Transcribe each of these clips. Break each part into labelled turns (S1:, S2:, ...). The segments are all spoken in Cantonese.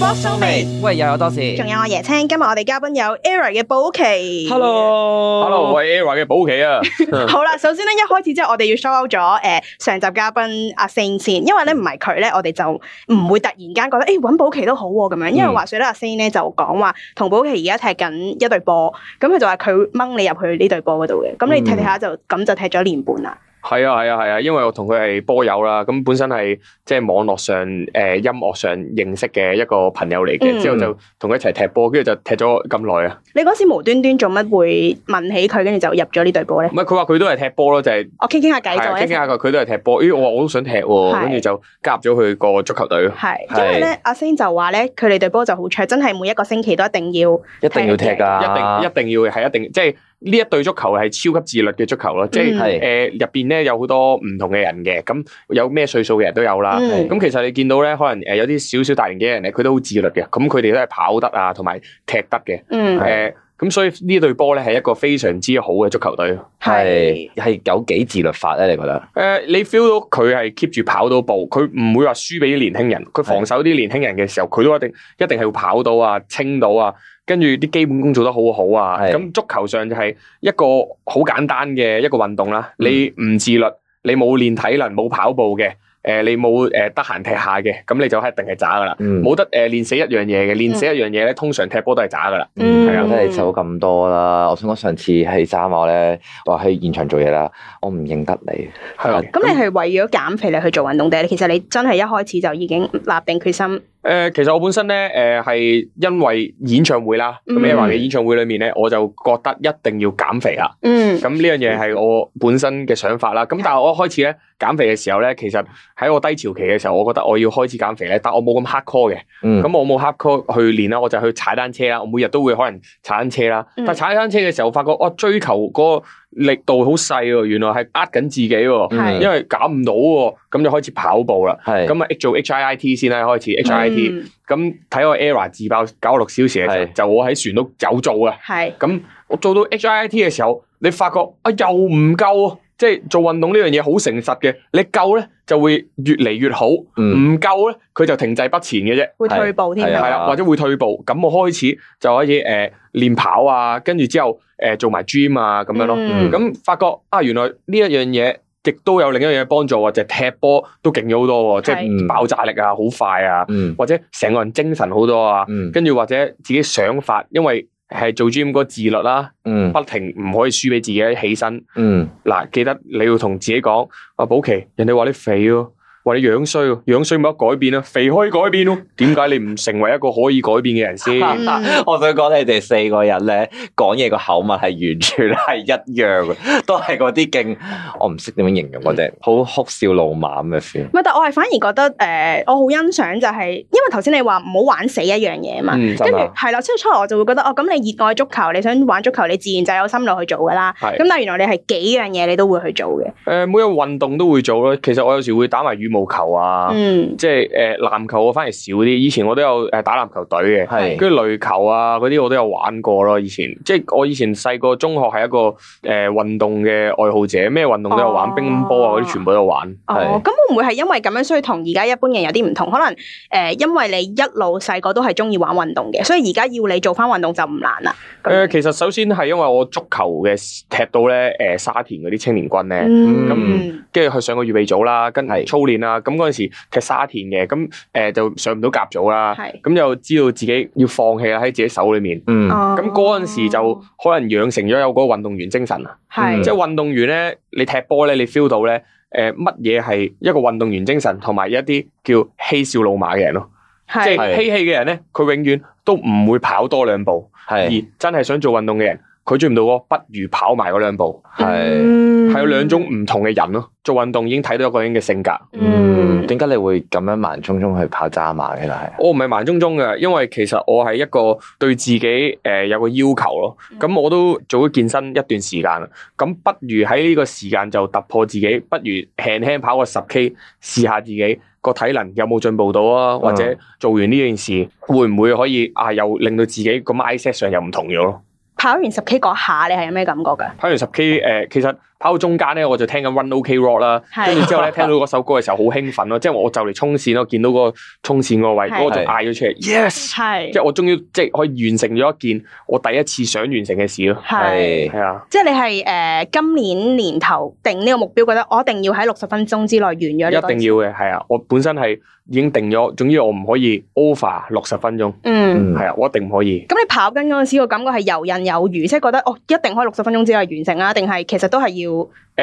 S1: 花生味，
S2: 喂，又有多士。
S1: 仲有我椰青。今日我哋嘉賓有 Era 嘅保琪。
S2: Hello。
S3: Hello，我係 Era 嘅保琪 啊，
S1: 好啦，首先咧，一開始之後我哋要 show out 咗诶、呃上集嘉賓阿 Saint 先，因為咧唔係佢咧，我哋就唔會突然間覺得诶揾保琪都好喎、咁樣，因為
S3: 嗯
S1: 話说咧阿 Saint 咧就講話同保琪而家踢緊一隊波，咁佢就話佢掹你入去呢隊波嗰度嘅，咁
S3: 嗯
S1: 你踢踢下就咁就踢咗年半啦。
S3: 係啊係啊係啊，因為我同佢係波友啦，咁本身係即係網絡上诶、呃音樂上認識嘅一個朋友嚟
S1: 嗯
S3: 嘅，之後就同佢一齊踢波，跟住就踢咗咁耐啊。
S1: 你嗰時無端端做乜會問起佢，跟住就入咗呢隊波咧
S3: 唔？係佢話佢都係踢波咯，就係
S1: 我傾傾下偈
S3: 係啊
S1: 就
S3: 傾
S1: 一
S3: 傾
S1: 齊
S3: 下佢，佢都係踢波。咦，我話我都想踢
S1: 係
S3: 喎，跟住就加入咗佢個足球隊咯，
S1: 係，因為咧，阿星就話咧，佢哋隊波就好長，真係每一個星期都一定要
S4: 一定要踢啊噶，
S3: 一定一定要係一定，即係呢一隊足球係超級自律嘅足球咯，即係
S1: 嗯
S4: 係
S3: 誒入邊咧有好多唔同嘅人嘅，咁有咩歲數嘅人都有啦。
S1: 嗯
S3: 咁其實你見到咧，可能呃誒有啲少少大年紀嘅人咧，佢都好自律嘅，咁佢哋都係跑得啊，同埋踢得嘅。
S1: 嗯
S3: 誒，咁所以呢隊波咧係一個非常之好嘅足球隊。
S1: 係
S4: 係係有幾自律法咧？你覺得？
S3: 誒，呃你 feel 到佢係 keep 住跑到步，佢唔會話輸俾啲年輕人。佢防守啲年輕人嘅時候，佢都一定一定係會跑到啊、清到啊，跟住啲基本功做得好好啊。
S4: 係
S3: 咁足球上就係一個好簡單嘅一個運動啦。你唔自律，你冇練體能，冇跑步嘅，誒、呃你冇誒得閒踢下嘅，咁你就一定係渣噶啦。
S4: 嗯
S3: 冇得誒練死一樣嘢嘅，練死一樣嘢咧，通常踢波都係渣噶啦。
S1: 嗯
S4: 係啊，真係瘦咁多啦！我想講上次喺沙馬咧，我喺現場做嘢啦，我唔認得你。
S3: 係啊
S1: 哦咁你係為咗減肥你去做運動定係其實你真係一開始就已經立定決心？
S3: 誒、呃其實我本身咧，誒、係因為演唱會啦，咁
S1: 嗯
S3: a 嘅演唱會裏面咧，我就覺得一定要減肥啦。
S1: 嗯
S3: 咁呢樣嘢係我本身嘅想法啦。咁但係我一開始咧減肥嘅時候咧，其實喺我低潮期嘅時候，我覺得我要開始減肥咧，但我冇咁 hard core 嘅。
S4: 嗯，
S3: 咁我冇 hard core 去練啦，我就去踩單車啦。我每日都會可能踩單車啦，
S1: 嗯
S3: 但踩單車嘅時候，我發覺我追求嗰個力度好細喎，原來係呃緊自己喎，
S1: 係
S3: 因為減唔到喎，咁就開始跑步啦。
S4: 嗯係
S3: 咁啊做 HIIT 先啦，開始 HIIT。
S1: 嗯
S3: 咁睇我 ERA 自爆九六小時嘅時候，
S4: 係
S3: 就我喺船度有做啊。
S1: 係
S3: 咁我做到 HIIT 嘅時候，你發覺啊又唔夠啊，即係做運動呢樣嘢好誠實嘅。你夠咧就會越嚟越好，唔、
S4: 嗯
S3: 夠咧佢就停滯不前嘅啫。
S1: 會退步添
S4: 係
S3: 係
S1: 㗎。
S4: 啊
S3: 啦，或者會退步，咁我開始就可以誒練跑啊，跟住之後誒做埋 gym 啊咁樣咯。
S1: 嗯
S3: 咁發覺啊，原來呢一樣嘢亦都有另一樣嘢幫助啊，就係踢波都勁咗好多喎，即
S4: 係
S3: 係爆炸力啊，好快啊，
S4: 嗯
S3: 或者成個人精神好多啊，
S4: 嗯
S3: 跟住或者自己想法，因為係做 gym 嗰個自律啦，
S4: 嗯
S3: 不停唔可以輸俾自己起身。
S4: 嗯，
S3: 嗱，記得你要同自己講，啊寶琪，人哋話你肥喎，話你樣衰喎，樣衰冇得改變啊，肥可以改變咯。點解你唔成為一個可以改變嘅人先？
S1: 嗯
S4: 我想講你哋四個人咧講嘢個口吻係完全係一樣嘅，都係嗰啲勁，我唔識點樣形容嗰只，好哭笑怒罵咁嘅 feel。
S1: 唔係，但我係反而覺得誒、呃我好欣賞就係、因為頭先你話唔好玩死一樣嘢嘛。
S3: 嗯，
S1: 跟
S4: 真
S1: 住
S4: 啊
S1: 係啦，即係初來我就會覺得哦，咁你熱愛足球，你想玩足球，你自然就有心落去做噶啦。
S3: 係
S1: 咁但係原來你係幾樣嘢你都會去做嘅。
S3: 誒，每樣運動都會做咯。其實我有時會打埋羽毛球啊，
S1: 嗯
S3: 即係誒籃球我反而少啲。以前我都有誒打籃球隊嘅。
S4: 係，
S3: 跟住壘球啊嗰啲我都有玩過咯，以前即係我以前細個中學係一個誒、呃、運動嘅愛好者，咩運動都有玩，
S1: 哦
S3: 乒乓波啊嗰啲全部都有玩。
S1: 哦
S4: 係，
S1: 咁會唔會係因為咁樣，所以同而家一般嘅人有啲唔同？可能誒、呃因為你一路細個都係中意玩運動嘅，所以而家要你做翻運動就唔難啦。
S3: 誒、呃其實首先係因為我足球嘅踢到咧誒、呃沙田嗰啲青年軍咧，
S1: 嗯
S3: 咁跟住去上個預備組啦，跟
S4: 係
S3: 操練年啦，咁嗰陣時踢沙田嘅，咁誒、呃就上唔到甲組啦，
S1: 係
S3: 咁就知道自己要放棄啦喺自己手裏面。
S4: 嗯，
S1: 哦
S3: 咁嗰陣時就可能養成咗有嗰個運動員精神啊，
S1: 係
S4: 嗯
S3: 即係運動員咧，你踢波咧，你 feel 到咧，誒乜嘢係一個運動員精神，同埋一啲叫嬉笑怒罵嘅人咯，即
S1: 係
S3: 係嬉戲嘅人咧，佢永遠都唔會跑多兩步，而
S4: 系
S3: 真係想做運動嘅人，佢追唔到嗰個，不如跑埋嗰兩步，
S4: 系，
S1: 嗯
S3: 係有兩種唔同嘅人咯。做運動已經睇到一個人嘅性格。
S4: 嗯，
S1: 嗯
S4: 点解你会咁样盲冲冲去跑渣馬嘅？但系，
S3: 我唔係盲中中嘅，因為其實我係一個對自己誒、呃有個要求咯。
S1: 嗯
S3: 咁我都做咗健身一段時間啦，咁不如喺呢個時間就突破自己，不如輕輕跑個十 K 試下自己個體能有冇進步到啊，
S1: 嗯
S3: 或者做完呢件事會唔會可以啊又令到自己個 mindset 上又唔同咗咯？
S1: 跑完十 K 嗰下，你係有咩感覺㗎？
S3: 跑完十 K 誒、呃其實跑到中間咧，我就聽緊 Run OK Rock 啦，
S1: 係
S3: 跟住之後咧聽到嗰首歌嘅時候好興奮咯，即係我就嚟衝線咯，見到個衝線個
S1: 係
S3: 位，嗰個就嗌咗出嚟，yes！
S1: 係
S3: 即係我終於即係可以完成咗一件我第一次想完成嘅事咯。
S1: 係。
S3: 係啊，
S1: 即係你係誒、呃今年年頭定呢個目標，覺得我一定要喺六十分鐘之內完咗
S3: 一定
S1: 呢
S3: 要
S1: 個。
S3: 嘅係啊，我本身係已經定咗，總之我唔可以 over 六十分鐘，
S1: 嗯。
S4: 嗯，
S3: 係啊，我一定唔可以。
S1: 咁你跑緊嗰陣時個感覺係游刃有餘，即係覺得哦一定可以六十分鐘之內完成啊啦，定係其實都係要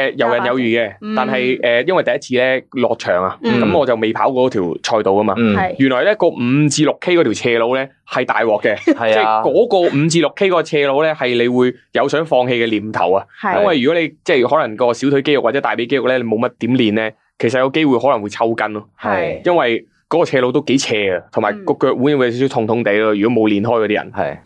S3: 誒游刃有餘嘅
S1: 嗯，
S3: 但係誒因為第一次咧落場啊，
S1: 嗯
S3: 咁我就未跑過嗰條賽道啊嘛。
S4: 嗯，
S1: 係
S3: 原來咧個五至六 K 嗰條斜路咧係大鑊嘅，即
S4: 係
S3: 係
S4: 啊，
S3: 嗰個五至六 K 嗰個斜路咧係你會有想放棄嘅念頭啊。因
S1: 係
S3: 為如果你即係可能個小腿肌肉或者大髀肌肉咧，你冇乜點練咧，其實有機會可能會抽筋咯。
S4: 係
S3: 因為嗰個斜路都幾斜啊，同埋
S1: 嗯
S3: 個腳腕會有少少痛痛地咯。如果冇練開嗰啲人，
S4: 係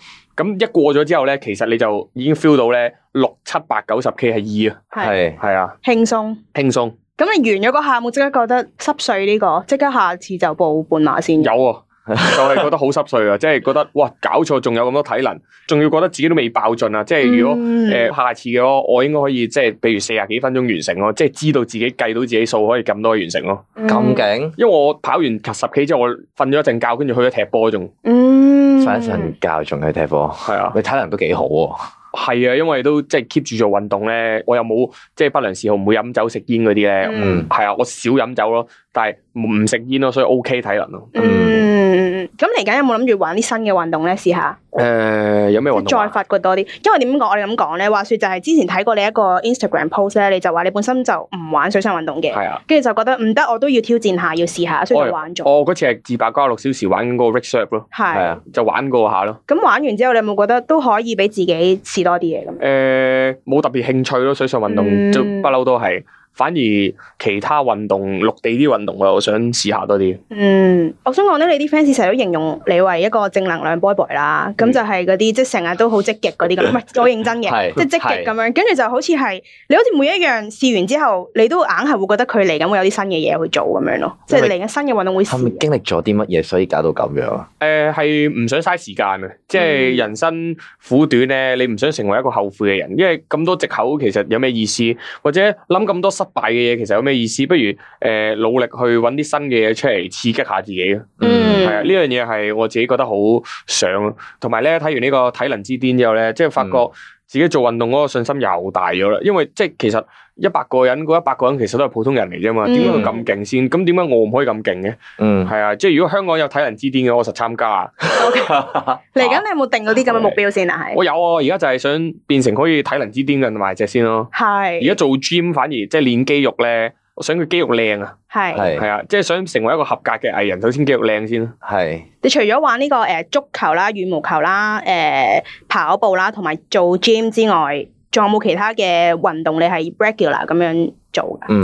S3: 咁一過咗之後咧，其實你就已經 feel 到咧六七八九十 K 係易啊，
S1: 係
S4: 係
S3: 係啊，
S1: 輕鬆。
S3: 輕鬆
S1: 咁你完咗嗰下，有冇即刻覺得濕碎呢、個？即刻下次就報半馬先。
S3: 有啊。就係覺得好濕碎啊！即係覺得哇，搞錯，仲有咁多體能，仲要覺得自己都未爆盡啊！即係如果
S1: 嗯
S3: 誒、下次嘅咯，我應該可以即係，譬如四十幾分鐘完成咯，即係知道自己計到自己數可以咁多完成咯。
S1: 嗯
S4: 咁，勁，
S3: 因為我跑完十 K 之後，我瞓咗一陣覺，跟住去咗踢波仲
S1: 嗯，
S4: 瞓一陣覺仲去踢波，
S3: 係啊，
S4: 你體能都幾好喎，
S3: 係啊，因為都即係 keep 住做運動咧，我又冇即係不良嗜好，唔會飲酒食煙嗰啲咧，
S4: 嗯
S1: 嗯，
S3: 係啊，我少飲酒咯，但係唔唔食煙咯，所以 OK 體能咯。
S1: 嗯，咁嚟緊有冇諗住玩啲新嘅運動咧？試下。
S3: 誒、有咩運
S1: 即係
S3: 動
S1: 再
S3: 啊？
S1: 發掘多啲，因為點講？我哋咁講咧，話説就係之前睇過你一個 Instagram post 咧，你就話你本身就唔玩水上運動嘅，
S3: 係啊，
S1: 跟住就覺得唔得，我都要挑戰下，要試下，所以就玩咗。
S3: 哦我嗰次係自白加六小時玩嗰個 Rick Serve 咯，
S4: 係
S1: 係
S4: 啊，
S3: 就玩過下咯。
S1: 咁玩完之後，你有冇覺得都可以俾自己試多啲嘢咁？
S3: 誒、冇特別興趣咯，水上運動、
S1: 嗯
S3: 就不嬲都係，反而其他運動陸地啲運動啊我又想試下多啲。
S1: 嗯，我想講咧，你啲 fans 成日都形容你為一個正能量 boy boy 啦，咁
S3: 嗯
S1: 就係嗰啲即係成日都好積極嗰啲咁， 唔係我認真
S4: 係
S1: 嘅，即係積
S4: 係
S1: 極咁樣，跟住就好似係你好似每一樣試完之後，你都硬係會覺得佢嚟緊會有啲新嘅嘢去做咁樣咯，即係
S4: 因為
S1: 嚟緊新嘅運動會
S4: 係咪
S1: 試。
S4: 經歷咗啲乜嘢所以搞到咁樣啊？
S3: 誒呃係唔想嘥時間啊！即係
S1: 嗯
S3: 人生苦短咧，你唔想成為一個後悔嘅人，因為咁多藉口其實有咩意思？或者諗咁多失敗嘅嘢其實有咩意思？不如誒、呃努力去揾啲新嘅嘢出嚟刺激下自己咯。
S1: 嗯
S3: 係啊，呢樣嘢係我自己覺得好想，同埋咧睇完呢個體能之巔之後咧，即係發覺自己做運動嗰個信心又大咗啦。因為即係其實一百個人嗰一百個人其實都係普通人嚟啫嘛，點解佢咁勁先？咁點解我唔可以咁勁嘅？
S4: 嗯，
S3: 係啊，即係如果香港有體能之巔嘅，我實參加啊！
S1: 嚟緊你有冇定嗰啲咁嘅目標先啊？係
S3: 我有啊，而家就係想變成可以體能之巔嘅大隻先咯。而家
S1: 係
S3: 做 gym 反而即係練肌肉咧，我想佢肌肉靚啊，
S1: 係，
S4: 係
S3: 係啊，即係想成為一個合格嘅藝人，首先肌肉靚先啦。
S4: 係
S1: 你除咗玩呢個誒足球啦、羽毛球啦、誒跑步啦，同埋做 gym 之外，仲有冇其他嘅運動你係 regular 咁樣做㗎？
S4: 嗯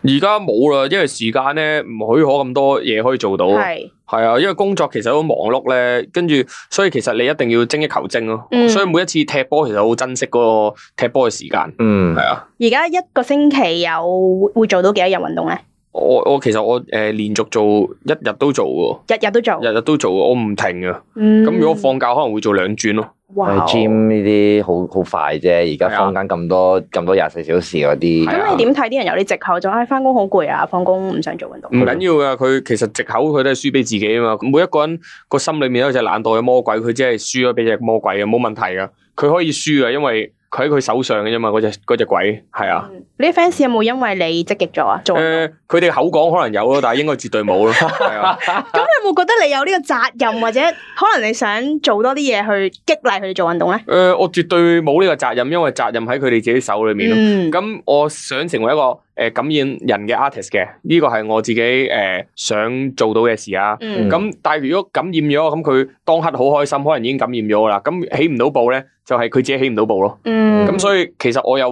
S3: 而家冇啦，因為時間咧唔許可咁多嘢可以做到。
S1: 係
S3: 係啊，因為工作其實都忙碌咧，跟住所以其實你一定要精益求精咯。
S1: 嗯
S3: 所以每一次踢波其實好珍惜嗰個踢波嘅時間。
S4: 嗯
S3: 係啊，
S1: 而家一個星期有會做到幾多日運動咧？
S3: 我我其實我誒、呃、連續做一日都做喎，
S1: 日日都做。
S3: 日日都做喎，我唔停啊。
S1: 嗯
S3: 咁如果放假可能會做兩轉咯。
S4: 我哋
S1: 哇
S4: gym 呢啲好好快啫，而
S3: 係
S4: 家
S3: 啊
S4: 坊間咁多咁多廿四小時嗰啲，
S3: 係啊
S1: 咁你點睇啲人有啲藉口就唉翻工好攰啊，放工唔想做運動
S3: 唔？緊要噶，佢其實藉口佢都係輸俾自己啊嘛。每一個人個心裏面都有隻懶惰嘅魔鬼，佢只係輸咗俾隻魔鬼啊，冇問題噶。佢可以輸啊，因為佢喺佢手上嘅啫嘛，嗰只嗰只鬼係啊。
S1: 你啲 fans 有冇因為你積極咗啊？做運動
S3: 诶，佢哋口講可能有啊咯，但係應該絕對冇 咯。係啊，
S1: 咁你有冇覺得你有呢個責任，或者可能你想做多啲嘢去激勵佢哋做運動咧？
S3: 诶，我絕對冇呢個責任，因為責任喺佢哋自己手裏面咯。
S1: 嗯，
S3: 咁我想成為一個诶、呃感染人嘅 artist 嘅，呢個係我自己诶、呃想做到嘅事啊。
S1: 嗯，
S3: 咁但係如果感染咗，咁佢當刻好開心，可能已經感染咗啦。咁起唔到步咧，就係佢自己起唔到步咯。
S1: 嗯，
S3: 咁所以其實我又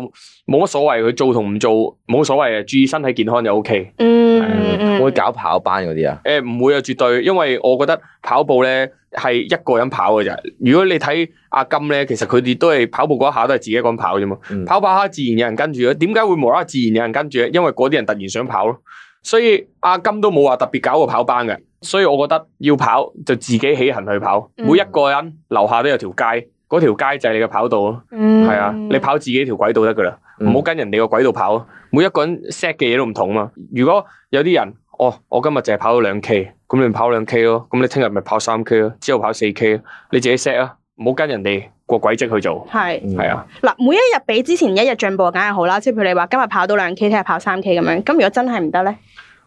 S3: 冇乜所謂，佢做同唔做冇乜所謂嘅，注意身體健康就 O K。
S1: 嗯，
S3: 啊
S1: 嗯嗯
S4: 嗯會搞跑班嗰啲啊，
S3: 誒唔會啊，絕對，因為我覺得跑步咧係一個人跑嘅咋。如果你睇阿金咧，其實佢哋都係跑步嗰一下都係自己一個人跑啫嘛。
S4: 嗯
S3: 跑跑下自然有人跟住咯。點解會無啦啦自然有人跟住咧？因為嗰啲人突然想跑咯。所以阿金都冇話特別搞個跑班嘅。所以我覺得要跑就自己起行去跑，
S1: 嗯
S3: 每一個人樓下都有條街，嗰條街就係你嘅跑道咯。
S1: 嗯，
S3: 係啊，你跑自己條軌道得噶啦，
S4: 嗯
S3: 唔好跟人哋個軌道跑啊。每一個人 set 嘅嘢都唔同啊嘛。如果有啲人，哦，我今日淨係跑咗兩 K，咁你咪跑兩 K 咯，咁你聽日咪跑三 K 咯，之後跑四 K，咯你自己 set 啊，唔好跟人哋個軌跡去做。
S1: 係。
S4: 嗯
S3: 係啊，
S1: 嗱，每一日比之前一日進步梗係好啦，即係譬如你話今日跑到兩 K，聽日跑三 K 咁樣。咁如果真係唔得咧，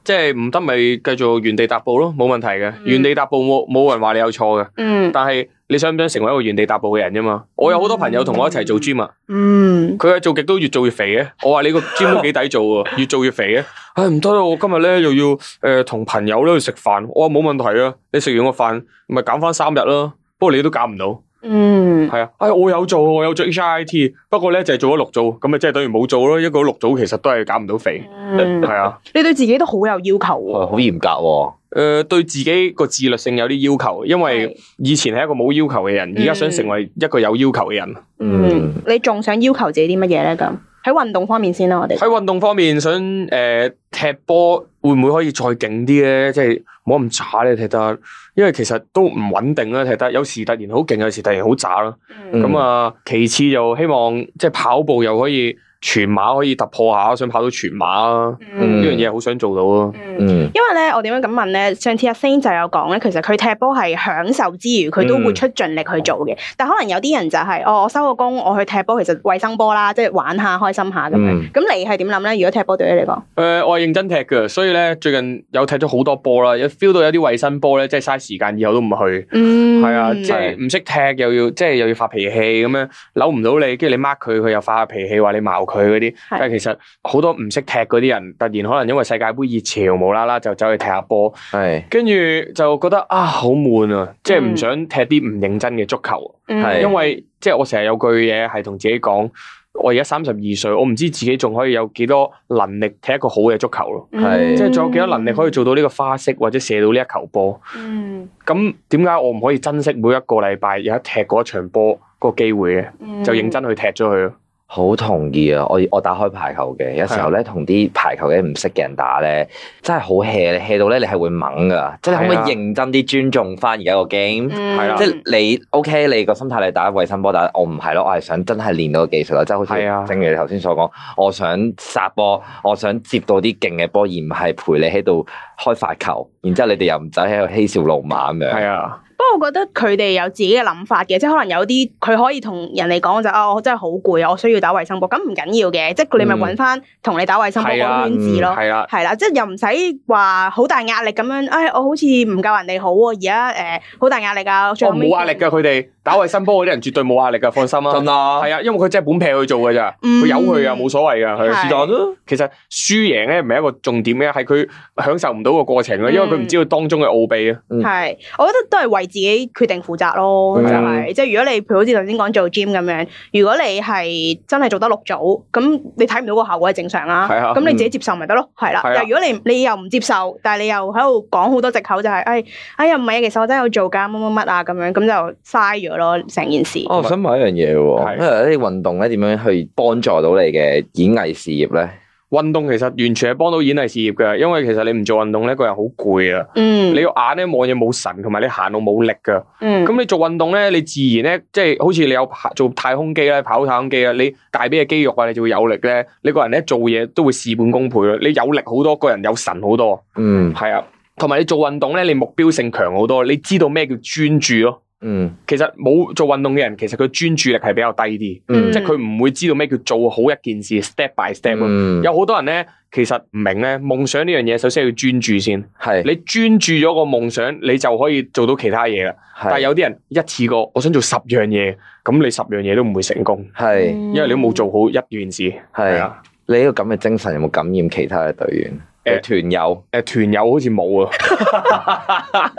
S3: 即係唔得咪繼續原地踏步咯，冇問題嘅。
S1: 嗯
S3: 原地踏步冇冇人話你有錯嘅，
S1: 嗯
S3: 但係你想唔想成為一個原地踏步嘅人啫嘛？我有好多朋友同我一齊做 gym 啊。
S1: 嗯，
S3: 佢係做極都越做越肥嘅。我話你 個 gym 都幾抵做喎，越做越肥嘅。唉，唔得啦，我今日咧又要诶同、朋友咧去食飯。我話冇問題啊，你食完個飯咪減翻三日咯。不過你都減唔到，
S1: 嗯，
S3: 係啊。唉，我有做，我有做 HIIT，不過咧就係、做咗六組，咁咪即係等於冇做咯。一個六組其實都係減唔到肥，
S1: 嗯，
S3: 係啊。
S1: 你對自己都好有要求
S4: 係
S1: 喎。
S4: 好嚴格喎，
S3: 誒、呃對自己個自律性有啲要求，因為
S1: 係
S3: 以前係一個冇要求嘅人，而家想
S1: 嗯
S3: 成為一個有要求嘅人。
S1: 嗯，你仲想要求自己啲乜嘢咧？咁喺運動方面先啦，我哋
S3: 喺運動方面，想誒、呃踢波會唔會可以再勁啲咧？即係冇咁渣咧踢得，因為其實都唔穩定啦踢得，有時突然好勁，有時突然好渣啦。
S1: 嗯
S4: 嗯
S3: 咁啊、其次就希望即係跑步又可以全馬可以突破下，想跑到全馬啊！呢
S1: 嗯
S3: 樣嘢好想做到啊咯。
S1: 嗯。
S4: 嗯
S1: 因為咧，我點樣咁問咧？上次阿 Saint 就有講咧，其實佢踢波係享受之餘，佢都會出盡力去做嘅。但可能有啲人就係、哦，我收個工，我去踢波，其實衞生波啦，即係玩下、開心下咁樣。
S4: 嗯
S1: 咁、你係點諗咧？如果踢波對你嚟講，
S3: 誒、呃我係認真踢嘅，所以咧最近有踢咗好多波啦，有 feel 到有啲衞生波咧，即係嘥時間，以後都唔去。
S1: 嗯
S3: 係啊，即係唔識踢又要，即係又要發脾氣咁樣，扭唔到你，跟住你 mark 佢，佢又發下脾氣，話你鬧佢嗰啲。但係其實好多唔識踢嗰啲人，突然可能因為世界盃熱潮，無啦啦就走去踢下波，
S4: 係
S3: 跟住就覺得啊好悶啊，即係唔想踢啲唔認真嘅足球，
S1: 嗯
S4: 係
S3: 因為即係我成日有句嘢係同自己講，我而家三十二歲，我唔知自己仲可以有幾多能力踢一個好嘅足球咯，
S1: 嗯
S4: 係
S3: 即係仲有幾多能力可以做到呢個花式或者射到呢一球波。
S1: 嗯
S3: 咁點解我唔可以珍惜每一個禮拜有一踢嗰一場波個機會嘅？
S1: 嗯
S3: 就認真去踢咗佢咯。
S4: 好同意啊！我我打開排球嘅，有時
S3: 啊
S4: 候咧同啲排球嘅唔識嘅人打咧，真係好 hea，hea 到咧你係會猛噶，即係你可唔
S3: 係啊嗯
S4: 可以認真啲尊重翻而家個 game？
S1: 係
S3: 啦
S4: 即係你 OK，你個心態你打衞生波打，我唔係咯，我係想真係練到個技術咯，即係好似
S3: 係啊
S4: 正如你頭先所講，我想殺波，我想接到啲勁嘅波，而唔係陪你喺度開發球，然之後你哋又唔使喺度嬉笑怒罵咁樣。
S3: 係啊，
S1: 不過我覺得佢哋有自己嘅諗法嘅，即係可能有啲佢可以同人哋講就啊，我真係好攰啊，我需要打衞生波。咁唔緊要嘅，即係佢哋咪
S4: 嗯
S1: 揾翻同你打衞生波
S3: 係
S1: 嗰
S3: 啊
S1: 個圈子咯。
S3: 係啦，
S1: 係啦，即係又唔使話好大壓力咁樣，唉，我好似唔夠人哋好喎，而家誒好大壓力啊！最
S3: 我
S1: 後尾
S3: 冇壓力㗎，佢哋打衞生波嗰啲人絕對冇壓力㗎，放心啦。
S4: 啊
S3: 係啊，因為佢真係本劈去做㗎咋，
S1: 嗯
S3: 佢由佢啊，冇所謂㗎。
S1: 係
S3: 佢
S1: 是但
S3: 咯。其實輸贏咧唔係一個重點嘅，係佢享受唔到個過程啊
S1: 嗯
S3: 咯，因為佢唔知道當中嘅奧秘啊。
S1: 係，我覺得都係為自己決定負責咯，
S4: 嗯
S1: 就係即係如果你譬如好似頭先講做 gym 咁樣，如果你係真係做得六組，咁你睇唔到個效果係正常啦。
S3: 係啊
S1: 咁你自己接受咪得咯，係啦。
S3: 係啊
S1: 但係如果你你又唔接受，但係你又喺度講好多藉口，就係誒，哎呀唔係啊，其實我真係有做㗎，乜乜乜啊咁樣，咁就嘥咗咯成件事。
S4: 哦我想問一樣嘢喎，
S3: 係
S4: 因為啲運動咧點樣去幫助到你嘅演藝事業咧？
S3: 運動其實完全係幫到演藝事業㗎，因為其實你唔做運動咧，個人好攰啊。
S1: 嗯，
S3: 你個眼咧望嘢冇神，同埋你行路冇力㗎。
S1: 嗯
S3: 咁你做運動咧，你自然咧，即係好似你有跑做太空機咧，跑太空機啊，你大髀嘅肌肉啊，你就會有力咧，你個人咧做嘢都會事半功倍咯。你有力好多，個人有神好多，
S4: 嗯，
S3: 係啊。同埋你做運動咧，你目標性強好多，你知道咩叫專注咯。
S4: 嗯
S3: 其實冇做運動嘅人，其實佢專注力係比較低啲，
S4: 嗯
S3: 即係佢唔會知道咩叫做好一件事，step by step 咯。
S4: 嗯，
S3: 有好多人咧，其實唔明咧，夢想呢樣嘢，首先要專注先。
S4: 系
S3: 你專注咗個夢想，你就可以做到其他嘢啦。但係有啲人一次過，我想做十樣嘢，咁你十樣嘢都唔會成功，
S4: 系
S3: 因為你都冇做好一件事。嗯係
S4: 系
S3: 啊，
S4: 你呢個咁嘅精神有冇感染其他嘅隊員？
S3: 誒
S4: 誒，團友
S3: 誒團友好似冇啊，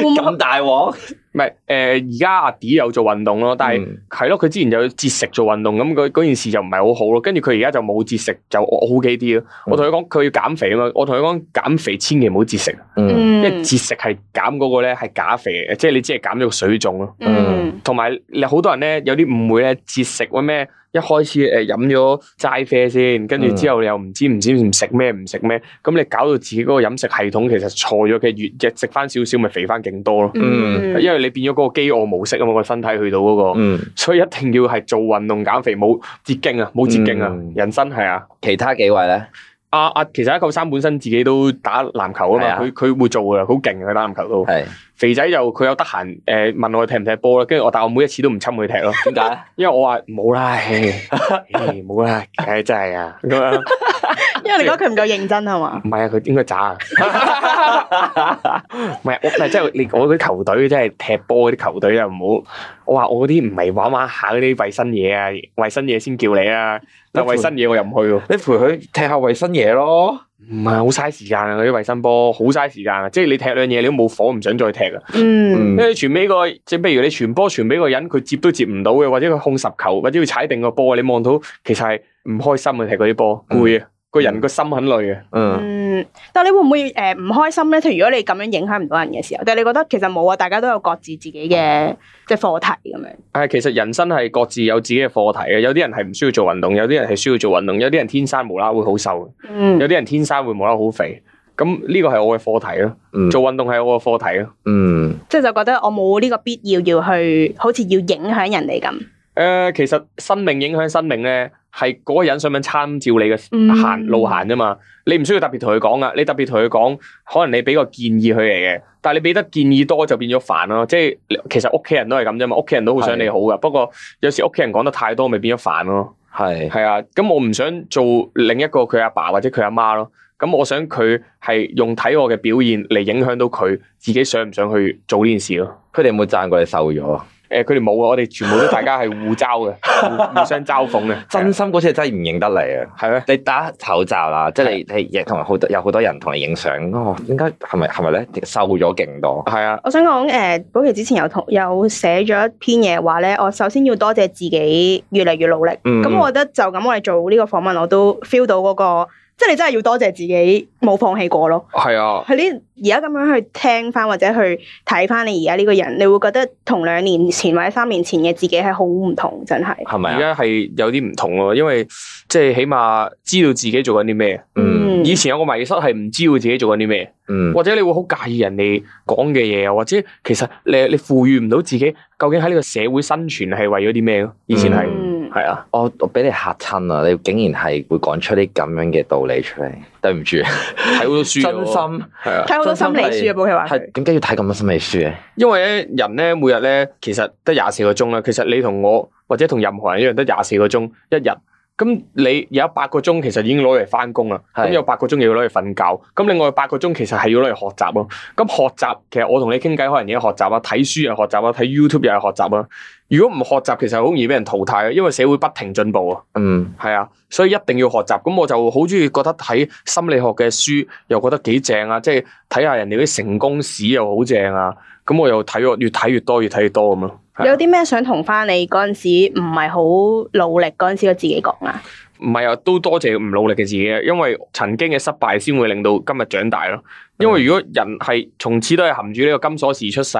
S1: 會唔會
S4: 咁大鑊，
S3: 唔係誒而家阿 D 有做運動咯，但係
S4: 嗯
S3: 係咯，佢之前有節食做運動，咁佢嗰件事就唔係好好咯。跟住佢而家就冇節食，就 O K 啲咯。我同佢講佢要減肥啊嘛，我同佢講減肥千祈唔好節食，
S4: 嗯
S3: 因為
S1: 嗯
S3: 節食係減嗰個咧係假肥嚟嘅，即係你只係減咗個水腫咯。
S1: 嗯
S3: 同埋你好多人咧有啲誤會咧，節食喂咩？一開始誒飲咗齋啡先，跟住之後又唔知唔知唔食咩唔食咩，咁你搞到自己嗰個飲食系統其實錯咗嘅，越日食翻少少咪肥翻勁多咯。
S4: 嗯
S3: 因為你變咗嗰個飢餓模式啊嘛，個身體去到嗰、個，
S4: 嗯，
S3: 所以一定要係做運動減肥，冇捷徑啊，冇捷徑啊，
S4: 嗯
S3: 人生係啊。
S4: 其他幾位咧？
S3: 阿阿其實一九三本身自己都打籃球啊
S4: 係啊
S3: 嘛，佢佢會做噶，好勁嘅佢打籃球都。
S4: 係
S3: 肥仔就佢有得閒誒問我踢唔踢波啦，跟住我但我每一次都唔侵佢踢咯。
S4: 點解？
S3: 因為我話冇啦，唉唉冇啦，唉真係啊，咁樣
S1: 因為你覺得佢唔夠認真係嘛？
S3: 唔係啊，佢應該渣啊， 唔係我唔係即係你我嗰啲球隊即係踢波嗰啲球隊啊，唔好我話我嗰啲唔係玩玩下嗰啲衞生嘢啊，衞生嘢先叫你啊，但衞生嘢我又唔去喎，
S4: 你陪佢踢下衞生嘢咯。
S3: 唔係好嘥時間啊，嗰啲衞生波好嘥時間啊，即係你踢兩嘢你都冇火，唔想再踢啊。
S1: 嗯
S4: 嗯
S3: 因為傳俾個即係，譬如你傳波傳俾個人，佢接都接唔到嘅，或者佢控十球，或者要踩定個波，你望到其實係唔開心嘅踢嗰啲波，
S4: 嗯
S3: 攰啊，個人個心很累啊嘅。
S4: 嗯，
S1: 嗯，但系你會唔會呃诶唔開心咧？譬如如果你咁樣影響唔到人嘅時候，但系你覺得其實冇啊，大家都有各自自己嘅即系课题咁樣。
S3: 但係其實人生係各自有自己嘅課題嘅，有啲人係唔需要做運動，有啲人係需要做運動，有啲人天生無啦啦會好瘦，
S1: 嗯
S3: 有啲人天生會無啦啦好肥。咁呢個係我嘅課題咯，
S4: 嗯
S3: 做運動係我嘅課題咯。
S4: 嗯，
S1: 即系就覺得我冇呢個必要要去，好似要影響人哋咁。
S3: 誒、其實生命影響生命咧，係嗰個人想唔想參照你
S1: 嗯
S3: 嘅行路行啫嘛。你唔需要特別同佢講啊，你特別同佢講，可能你俾個建議佢嚟嘅，但係你俾得建議多就變咗煩咯。即係其實屋企人都係咁啫嘛，屋企人都好想你好噶，不過有時屋企人講得太多，咪變咗煩咯。
S4: 係
S3: 係啊，咁我唔想做另一個佢阿爸或者佢阿媽咯。咁我想佢係用睇我嘅表現嚟影響到佢自己想唔想去做呢件事咯。
S4: 佢哋有冇讚過你瘦咗啊？
S3: 誒佢哋冇啊！我哋全部都大家係互嘲嘅，互互相嘲諷嘅，
S4: 真心嗰次真係唔認得你啊！
S3: 啊係咩？
S4: 你打口罩啦，即係你你同埋好多有好多人同你影相，哦，應該係咪係咪咧瘦咗勁多？
S3: 係啊，
S1: 我想講誒、呃寶琪之前有同有寫咗一篇嘢話咧，我首先要多謝自己越嚟越努力。咁、
S4: 嗯
S1: 我覺得就咁，我哋做呢個訪問，我都 feel 到嗰、個，即係你真係要多謝自己冇放棄過咯。
S3: 係啊，
S1: 係呢而家咁樣去聽翻或者去睇翻你而家呢個人，你會覺得同兩年前或者三年前嘅自己係好唔同，真係。
S4: 係咪
S3: 而
S4: 啊？
S3: 家係有啲唔同咯，因為即係起碼知道自己做緊啲咩。
S4: 嗯
S3: 以前有個迷失係唔知道自己做緊啲咩，
S4: 嗯
S3: 或者你會好介意人哋講嘅嘢啊，或者其實你你賦予唔到自己究竟喺呢個社會生存係為咗啲咩咯？以前係
S1: 嗯
S3: 係啊，
S4: 我我俾你嚇親啊！你竟然係會講出啲咁樣嘅道理出嚟，對唔住，
S3: 睇好多書
S4: 真
S3: 咯
S4: 心
S3: 係啊。
S1: 睇好多心理書啊，寶琪話佢
S4: 係點解要睇咁多心理書嘅？
S3: 因為咧，人咧每日咧，其實得廿四個鐘啦。其實你同我或者同任何人一樣，得廿四個鐘一日。咁你有八個鐘其實已經攞嚟翻工啦，
S4: 係
S3: 咁有八個鐘又要攞嚟瞓覺，咁另外八個鐘其實係要攞嚟學習咯。咁學習其實我同你傾偈，可能嘢學習啊，睇書又係學習啊，睇 YouTube 又係學習啊。如果唔學習，其實好容易俾人淘汰啊，因為社會不停進步啊。
S4: 嗯
S3: 係啊，所以一定要學習。咁我就好中意覺得睇心理學嘅書，又覺得幾正啊！即係睇下人哋啲成功史又好正啊！咁我又睇咗，越睇越多，越睇越多咁咯。
S1: 你有
S3: 係啊
S1: 啲咩想同翻你嗰陣時唔係好努力嗰陣時嘅自己講啊？
S3: 唔係啊，都多謝唔努力嘅自己啊，因為曾經嘅失敗先會令到今日長大咯。因為如果人係從此都係含住呢個金鎖匙出世，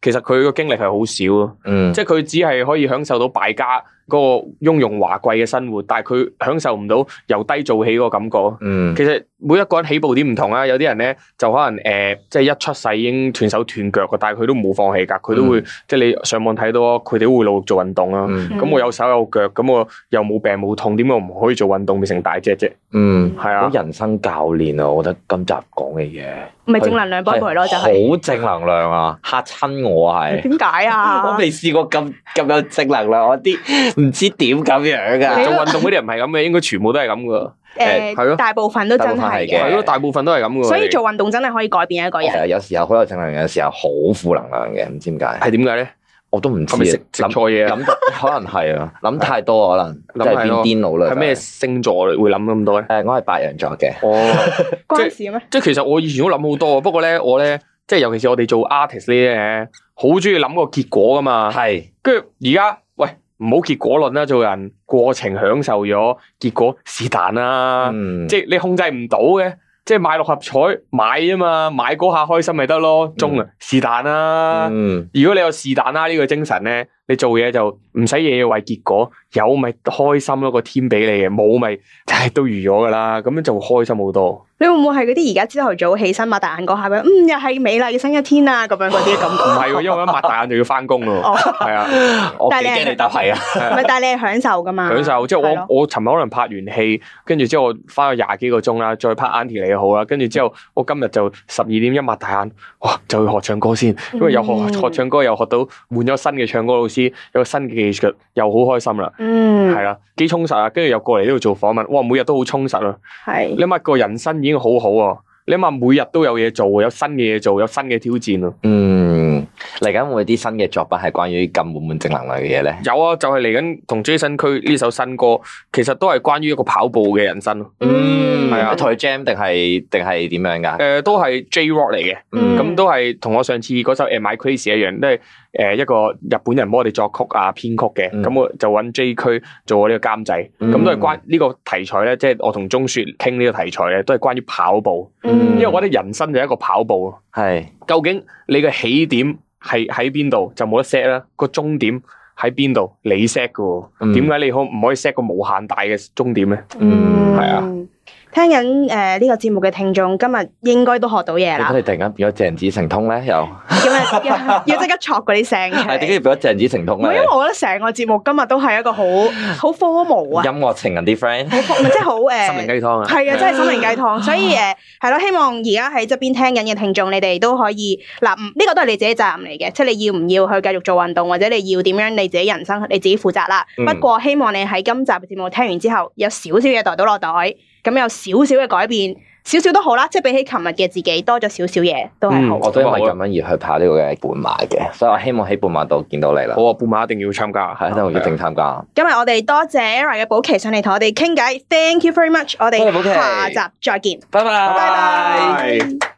S3: 其實佢個經歷係好少咯。
S4: 嗯，
S3: 即係佢只係可以享受到敗家嗰個雍容華貴嘅生活，但係佢享受唔到由低做起嗰個感覺咯。
S4: 嗯
S3: 其實每一個人起步點唔同啊啦，有啲人咧就可能誒、呃即係一出世已經斷手斷腳嘅，但係佢都冇放棄㗎，佢都會、即係你上網睇到，啊佢哋都會努力做運動啦。
S4: 嗯
S3: 咁、我有手有腳，咁我又冇病冇痛，點解我唔可以做運動變成大隻啫？
S4: 嗯，
S3: 係
S4: 好
S3: 啊，
S4: 人生教練啊！我覺得今集講嘅嘢
S1: 咪正能量幫佢咯，就係、
S4: 係好正能量啊，嚇親我係。
S1: 點解啊？
S4: 我未試過咁咁有正能量，我啲唔知點咁樣
S1: 你
S4: 噶。
S3: 做運動嗰啲人唔係咁嘅，應該全部都係咁噶。
S1: 誒
S3: 係咯
S1: 大部分都真
S4: 大部分
S1: 係
S4: 係
S3: 係
S4: 嘅
S1: 嘅，
S3: 咯，大部分都係咁噶。
S1: 所以做運動真係可以改變一個
S4: 其
S1: 人。
S4: 實有時候好有正能量，有時候好負能量嘅，唔知點解。
S3: 係點解咧？
S4: 我都唔知
S3: 係
S4: 啊
S3: 咪食食錯
S4: 諗
S3: 嘢啊？
S4: 諗 可能係啊，諗太多可能，
S3: 諗
S4: 即係
S3: 係
S4: 變
S3: 咯
S4: 癲佬啦。
S3: 係咩
S4: 真係？
S3: 星座會諗咁多咧？
S4: 誒，我係白羊座嘅。
S3: 哦。
S1: 關事咩？
S3: 即係其實我以前都諗好多啊，不過咧我咧即係尤其是我哋做 artist 呢啲咧，好中意諗個結果噶嘛。
S4: 係
S3: 跟住而家喂唔好結果論啦，做人過程享受咗，結果是但啦。
S4: 嗯，
S3: 即係你控制唔到嘅，即係買六合彩買啊嘛，買嗰下開心咪得咯，中啊是但啦。
S4: 嗯，
S3: 如果你有是但啦呢個精神咧，你做嘢就唔使嘢要為結果，有咪開心咯，個天俾你嘅，冇咪唉都預咗噶啦，咁樣就會開心好多。
S1: 你會唔會係嗰啲而家朝頭早起身擘大眼嗰下咁樣？嗯，又係美麗嘅新一天啊！咁樣嗰啲
S3: 唔
S1: 感覺。
S3: 係喎，因為一擘大眼就要翻工咯，
S1: 哦
S3: 係啊，
S4: 我幾
S1: 但係你係
S4: 驚你答係啊。
S1: 唔係，但係你係享受噶嘛？
S3: 享受。即係
S1: 啊係咯
S3: 我我尋日可能拍完戲，跟住之後我翻咗廿幾個鐘啦，再拍 Auntie 你好啦，跟住之
S1: 嗯
S3: 後我今日就十二點一擘大眼，哇，就去學唱歌先，因為又學
S1: 嗯
S3: 學唱歌又學到換咗新嘅唱歌老師，有個新嘅技術，又好開心啦。
S1: 嗯，
S3: 係啦，幾充實啊！跟住又過嚟呢度做訪問，哇，每日都好充實啊！
S1: 係
S3: 你諗下個人生已經好好喎，你諗下每日都有嘢做，有新嘅嘢做，有新嘅挑戰啊！
S4: 嗯，嚟緊會有啲新嘅作品係關於咁滿滿正能量嘅嘢咧。
S3: 有啊，就係嚟緊同 Jason 區呢首新歌，其實都係關於一個跑步嘅人生咯。
S1: 嗯
S4: 係
S3: 係
S4: 啊，
S3: 啊
S4: 同佢 jam 定係定係點樣噶？
S3: 诶、都係 J Rock 嚟嘅，
S1: 嗯
S3: 咁都係同我上次嗰首《诶 My Crazy》一樣，都係诶一個日本人幫我哋作曲啊、編曲嘅，
S4: 嗯
S3: 咁、我就揾 J 區做我呢個監製，咁、
S4: 嗯
S3: 都係關呢個題材咧，即係我同鍾雪傾呢個題材咧，都係關於跑步，
S1: 嗯
S3: 因為我覺得人生就係一個跑步咯，
S4: 係
S3: 究竟你嘅起點係喺邊度就冇得 set 啦，個終點喺邊度你 set 嘅喎。
S4: 嗯
S3: 點解你可唔可以 set 個無限大嘅終點咧？
S4: 嗯
S3: 係啊。
S1: 聽緊誒呢個節目嘅聽眾，今日應該都學到嘢
S4: 點
S1: 啦
S4: 解。你突然間變咗鄭子成通咧？又
S1: 咁啊，要要即刻戳嗰啲聲出
S4: 係
S1: 嚟
S4: 點解要變咗鄭子成
S1: 唔
S4: 通
S1: 係，因
S4: 咧
S1: 為？我覺得成個節目今日都係一個好好科無啊，
S4: 音樂情人啲 friend
S1: 好科唔係即係好呃誒。
S3: 心靈雞湯啊！
S1: 係啊，真係心靈雞湯，所以誒係咯，希望而家喺側邊聽緊嘅聽眾，你哋都可以嗱，唔呢個都係你自己責任嚟嘅，即係你要唔要去繼續做運動，或者你要點樣你自己人生你自己負責啦。
S4: 嗯
S1: 不過希望你喺今集嘅節目聽完之後，有少少嘢袋到落袋，咁有少少嘅改變，少少都好啦，即係比起琴日嘅自己多咗少少嘢都係好
S3: 嗯。
S4: 我都因為咁樣而去跑呢個嘅半馬嘅，所以我希望喺半馬度見到你啦。
S3: 我話半啊馬一定要參加，
S4: 係，都要正參加。
S1: 今日啊我哋多謝 Era 嘅寶琪上嚟同我哋傾偈，thank you very much，我
S4: 多謝寶琪
S1: 哋下集再見，
S4: 拜拜，
S1: 拜
S3: 拜
S1: 拜。